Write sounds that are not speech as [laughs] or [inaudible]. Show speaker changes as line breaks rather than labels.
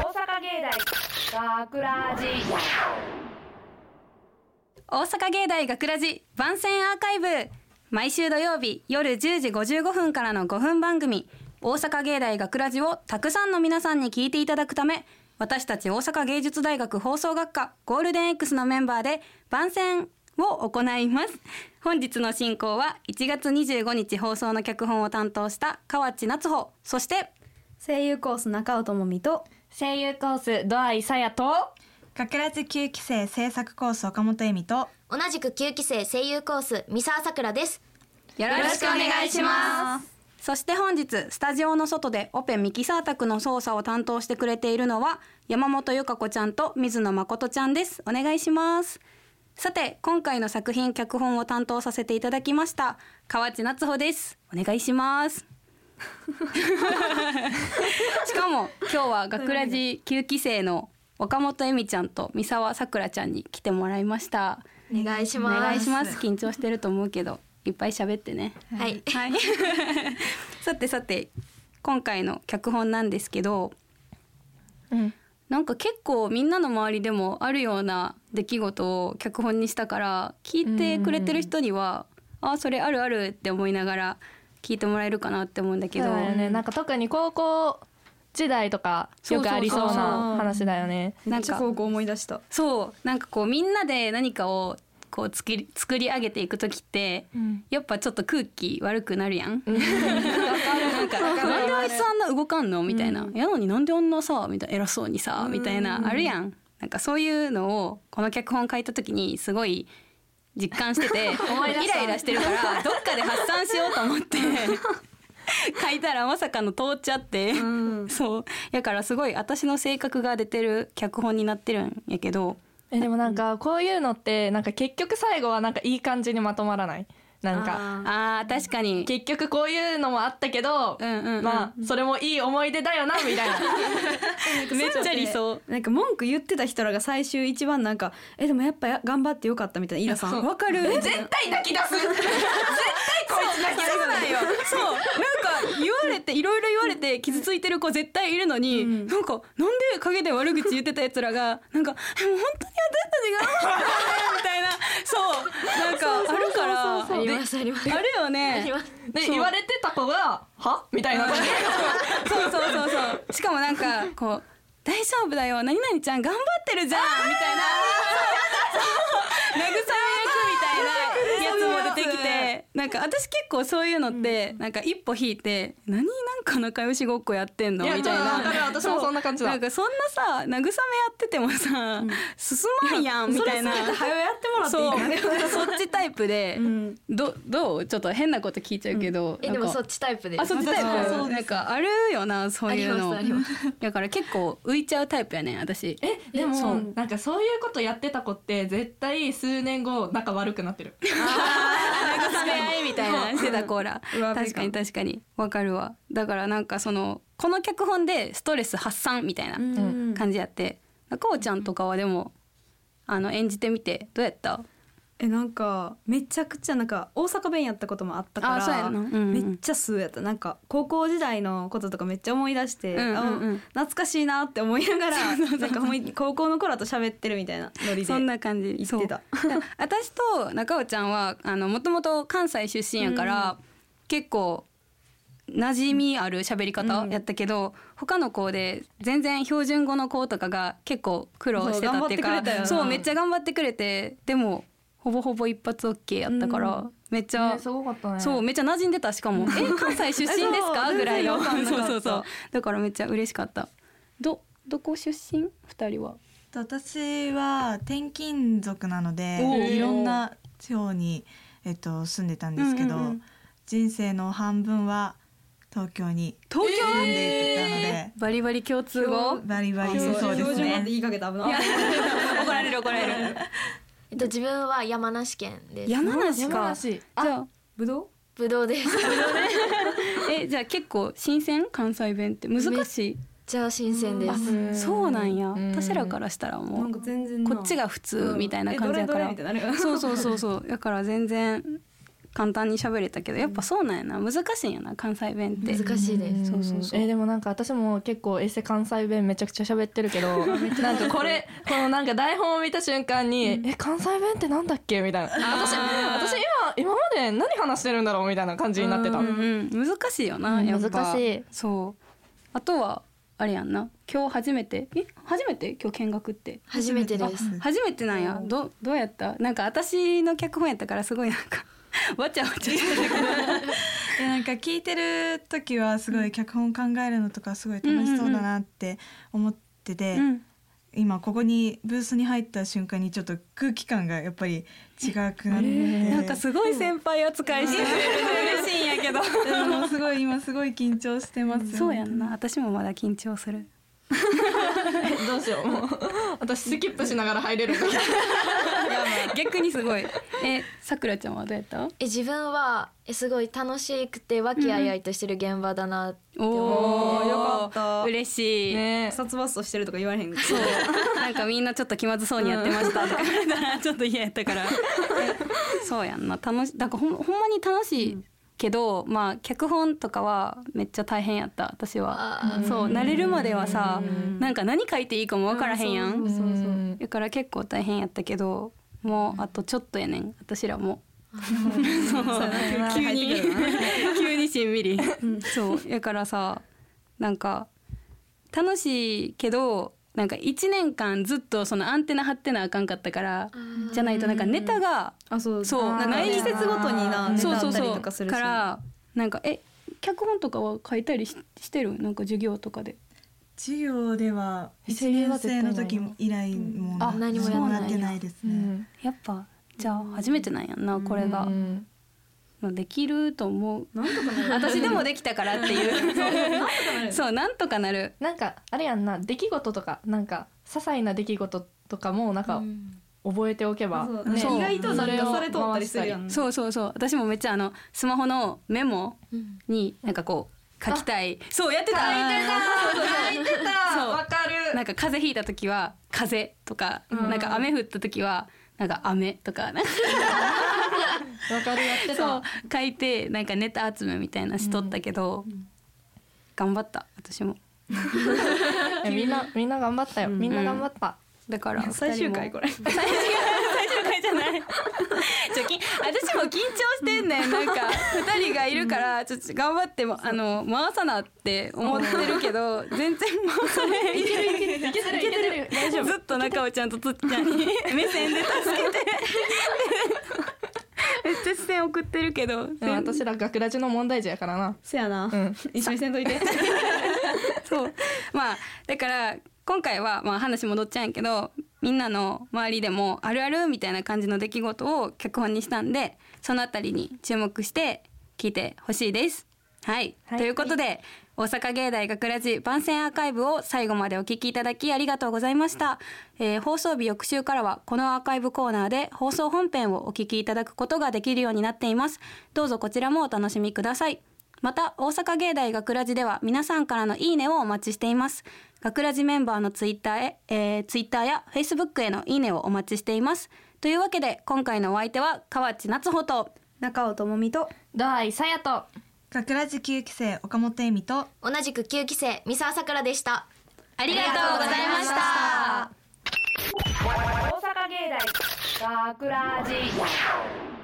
大学ラジ
大阪芸大学ラジ番宣アーカイブ毎週土曜日夜10時55分からの5分番組「大阪芸大学ラジをたくさんの皆さんに聞いていただくため私たち大阪芸術大学放送学科ゴールデン X のメンバーで番宣を行います本日の進行は1月25日放送の脚本を担当した河内夏穂そして
声優コース中尾智美と
声優コースドアイサヤと
かけらず9期生制作コース岡本恵美と
同じく9期生声優コース三沢さくらです
よ。
ろしくお願いします
そして本日スタジオの外でオペミキサー宅の操作を担当してくれているのは山本由香子ちゃんと水野誠ちゃんです。お願いします。さて今回の作品脚本を担当させていただきました河内夏穂です。お願いし [laughs] ます。しかも今日は学ラジ9期生の岡本恵美ちゃんと三沢さくらちゃんに来てもらいました。
お願いし
お
ます
願いします。緊張してると思うけどいっぱい喋ってね。
はい
はい。 [laughs] さてさて今回の脚本なんですけど、
うん
なんか結構みんなの周りでもあるような出来事を脚本にしたから聞いてくれてる人には、ああそれあるあるって思いながら聞いてもらえるかなって思うんだけど、
そうだよねなんか特に高校時代とかよくありそう
そうそう
そ
な
う
話だよね
な
め
ん
っちゃ
か
高校思い出した
そうなんかこうみんなで何かをこう作り作り上げていく時って、やっぱちょっと空気悪くなるやん。なんかなんであいつあんな動かんのみたいな、やのになんであんなさみたいな偉そうにさみたいな、あるやん。なんかそういうのをこの脚本書いた時にすごい実感して [laughs] てイライラしてる [laughs] からどっかで発散しようと思って [laughs] 書いたらまさかの通っちゃって、そうやからすごい私の性格が出てる脚本になってるんやけど
えでもなんかこういうのってなんか結局最後はなんかいい感じにまとまらないなんか
あー確かに
結局こういうのもあったけど、
うんうんうん
まあそれもいい思い出だよなみたい [laughs] な
めっちゃ理想
なんか文句言ってた人らが最終一番なんかえでもやっぱや頑張ってよかったみたいなイラさんわかる絶対
そうなんよそうなんか言われていろいろ言われて傷ついてる子絶対いるのに、なんかなんで陰で悪口言ってたやつらがなんか「えもう本当に私たちが」みたいなそうなんかあるから
ありますあります
あるよね
ります
で言われてた子が「は?」みた
[laughs]
いな
そうそうそうそう。しかもなんかこう大丈夫だよ何々ちゃん頑張ってるじゃんみたいな。そうそう慰め役みたいなやつも出てきて、なんか私結構そういうのってなんか一歩引いて何なんか仲良しごっこやってんの
い
み
や
た
ちょ
い
っとわか
な。
る私もそんな感じだ
なんかそんなさ慰めやっててもさ、進まんやんみたいな。
早やってもらっていいかね
そうそっちタイプで、どどうちょっと変なこと聞いちゃうけど、
え
なん
で
か
もそっちタイプです
あ、そっちタイプ。なんかあるよな、そういうの
あります。
だから結構浮いちゃうタイプやねん、私。
えでもなんかそういうことやってた子って絶対数年後仲悪くなってる
慰め合いみたいなしてたコーラ。
上辺
確かに確かに。わかるわ。だからなんかその、この脚本でストレス発散みたいな感じやって。中尾ちゃんとかはでも、あの、演じてみて、どうやった
えなんかめちゃくちゃなんか大阪弁やったこともあったか
あそうや
ら
なうんうん
めっちゃ数やったなんか高校時代のこととかめっちゃ思い出して
うんうん
あ
うん
懐かしいなって思いながらなんかほんまに高校の頃と喋ってるみたいなノリで
そんな感じ
言ってた
そうだ私と中尾ちゃんはあのもともと関西出身やから、結構馴染みある喋り方やったけど、他の子で全然標準語の子とかが結構苦労してたっていう
そ
か
う頑張ってくれたよな
そうめっちゃ頑張ってくれてでもほぼほぼ一発 OK やったから、めっちゃ、
ごかったね
そうめっちゃ馴染んでたし [laughs] かも「え関西出身ですか?」ぐらいの [laughs] そうそうそうだからめっちゃ嬉しかったどどこ出身二人は
と私は転勤族なので
おー
いろんな地方に、えっと、住んでたんですけど、
うんうんう
人生の半分は東京に
東京
住んでいたので、
バリバリ共通語
バリバリ
そう
そうです
標準語って
ね
言いかけた危ない
怒られる怒られる
えっと自分は山梨県です
山梨
山
か
梨
じゃあ
ぶどう
ぶどうです
えじゃあ結構新鮮関西弁って難し
じゃあ新鮮です
いそうなんや
ん
私らからしたら
な
も
ん
う
か全然な
こっちが普通みたいな感じ
え
や
ど
か
れ
ら
どれみたいになる
そうそうそうそうだから全然簡単に喋れたけどやっぱそうなんやな難しいんやな関西弁って
難しいです
そうそうそう
えーでもなんか私も結構エセ関西弁めちゃくちゃ喋ってるけど [laughs] なんかこれ [laughs] このなんか台本を見た瞬間に「え関西弁ってなんだっけ?」みたいな私私今今まで何話してるんだろうみたいな感じになってた [laughs]
うんうん難しいよな、
うん
やっぱ
難しい
そうあとはあれやんな今日初めてえ初めて今日見学って
初めてです
あ初めてなんやどどうやったなんか私の脚本やったからすごいなんか [laughs] わちゃわちゃしてたけど
でなんか聞いてる時はすごい脚本考えるのとかすごい楽しそうだなって思ってて、
うん
今ここにブースに入った瞬間にちょっと空気感がやっぱり違くなって、
なんかすごい先輩扱いしてくれるの嬉しいんやけど
でもすごい今すごい緊張してま
[laughs]
す。
そうやんな私もまだ緊張する
どうしようも [laughs] う私スキップしながら入れる
[laughs] 逆にすごいえさくらちゃんはどうやった
え自分はえすごい楽しくて和気あいあいとしてる現場だなって
お
思
お
う
よ
かった
嬉しい、
ね
殺伐としてるとか言われへん
そう [laughs] なんかみんなちょっと気まずそうにやってましたとか言われた [laughs] らちょっと嫌やったからそうやんな楽しだからほんほんまに楽しいけど、まあ脚本とかはめっちゃ大変やった私は
あー
そう慣れるまではさなんか何書いていいかも分からへんやん
そうそう
だから結構大変やったけどもうあとちょっとやねん私らも。 [laughs] そう急に [laughs] 急にしんみりそうだからさなんか楽しいけどなんか1年間ずっとそのアンテナ張ってなあかんかったからじゃないとなんかネタが
あそう
そう
なん
な
か
んかね
季節ごとになネ
そう
タあ
そう
ったり
そ
と
う
かするし
からなんかえ脚本とかは書いたりししてるなんか授業とかで
授業では一
一年
年
は絶対
生
ない
の時も以来もう
あ
何もやらない
そうってないです
う
ね。
ん
やっぱじゃあ初めてなんやんなこれが
う、ん
まあ、できると思う
なんとかな
[laughs]
る
私でもできたからっていう [laughs] そうなんとかなる
なんかあれやんな出来事とかなんか些細な出来事とかもなんか覚えておけば、
そう
ね
そう
意外となんかそれ通ったりするや
そ
ん
そうそうそう私もめっちゃあのスマホのメモ
うん
になんかこう書きたいそうやってた
書いてた
そう
わかる
なんか風邪ひいた時は「風」とか、
ん
なんか雨降った時は「なんか雨」と [laughs] かなんか
わかるやって
そ
た
う書いてなんかネタ集めみたいなしとったけど、頑張った私も
[laughs] えみんなみんな頑張ったよ、みんな頑張った、
だから
最終回こ
[laughs]
れ
最終回最終回じゃない [laughs] ちょき私も緊張してん
[laughs]
ねんなんか2人がいるからちょっと頑張ってもあの回さなって思ってるけど全然回されへん
[laughs] いけてるいけてる大丈夫
[laughs] ずっと中尾ちゃんとつっちゃんに目線で助
[laughs]
けてめっちゃ視線送ってるけど
でも私ら学ラジの問題児やからな
せやな
うん
一緒にせんといて
そうまあだから今回はまあ話戻っちゃうんやけどみんなの周りでもあるあるみたいな感じの出来事を脚本にしたんでそのあたりに注目して聞いてほしいです。はい、
はい
ということで大阪芸大学ラジ番宣アーカイブを最後までお聞きいただきありがとうございました、えー放送日翌週からはこのアーカイブコーナーで放送本編をお聞きいただくことができるようになっていますどうぞこちらもお楽しみくださいまた大阪芸大学ラジでは皆さんからのいいねをお待ちしています学ラジメンバーのツイッターへ、えー、ツイッターやフェイスブックへのいいねをお待ちしていますというわけで今回のお相手は河内夏穂と
中尾智美と
ドアイさやと
学ラジ9期生岡本恵美と
同じく9期生三沢さくらでした
ありがとうございました
大阪芸大学ラジ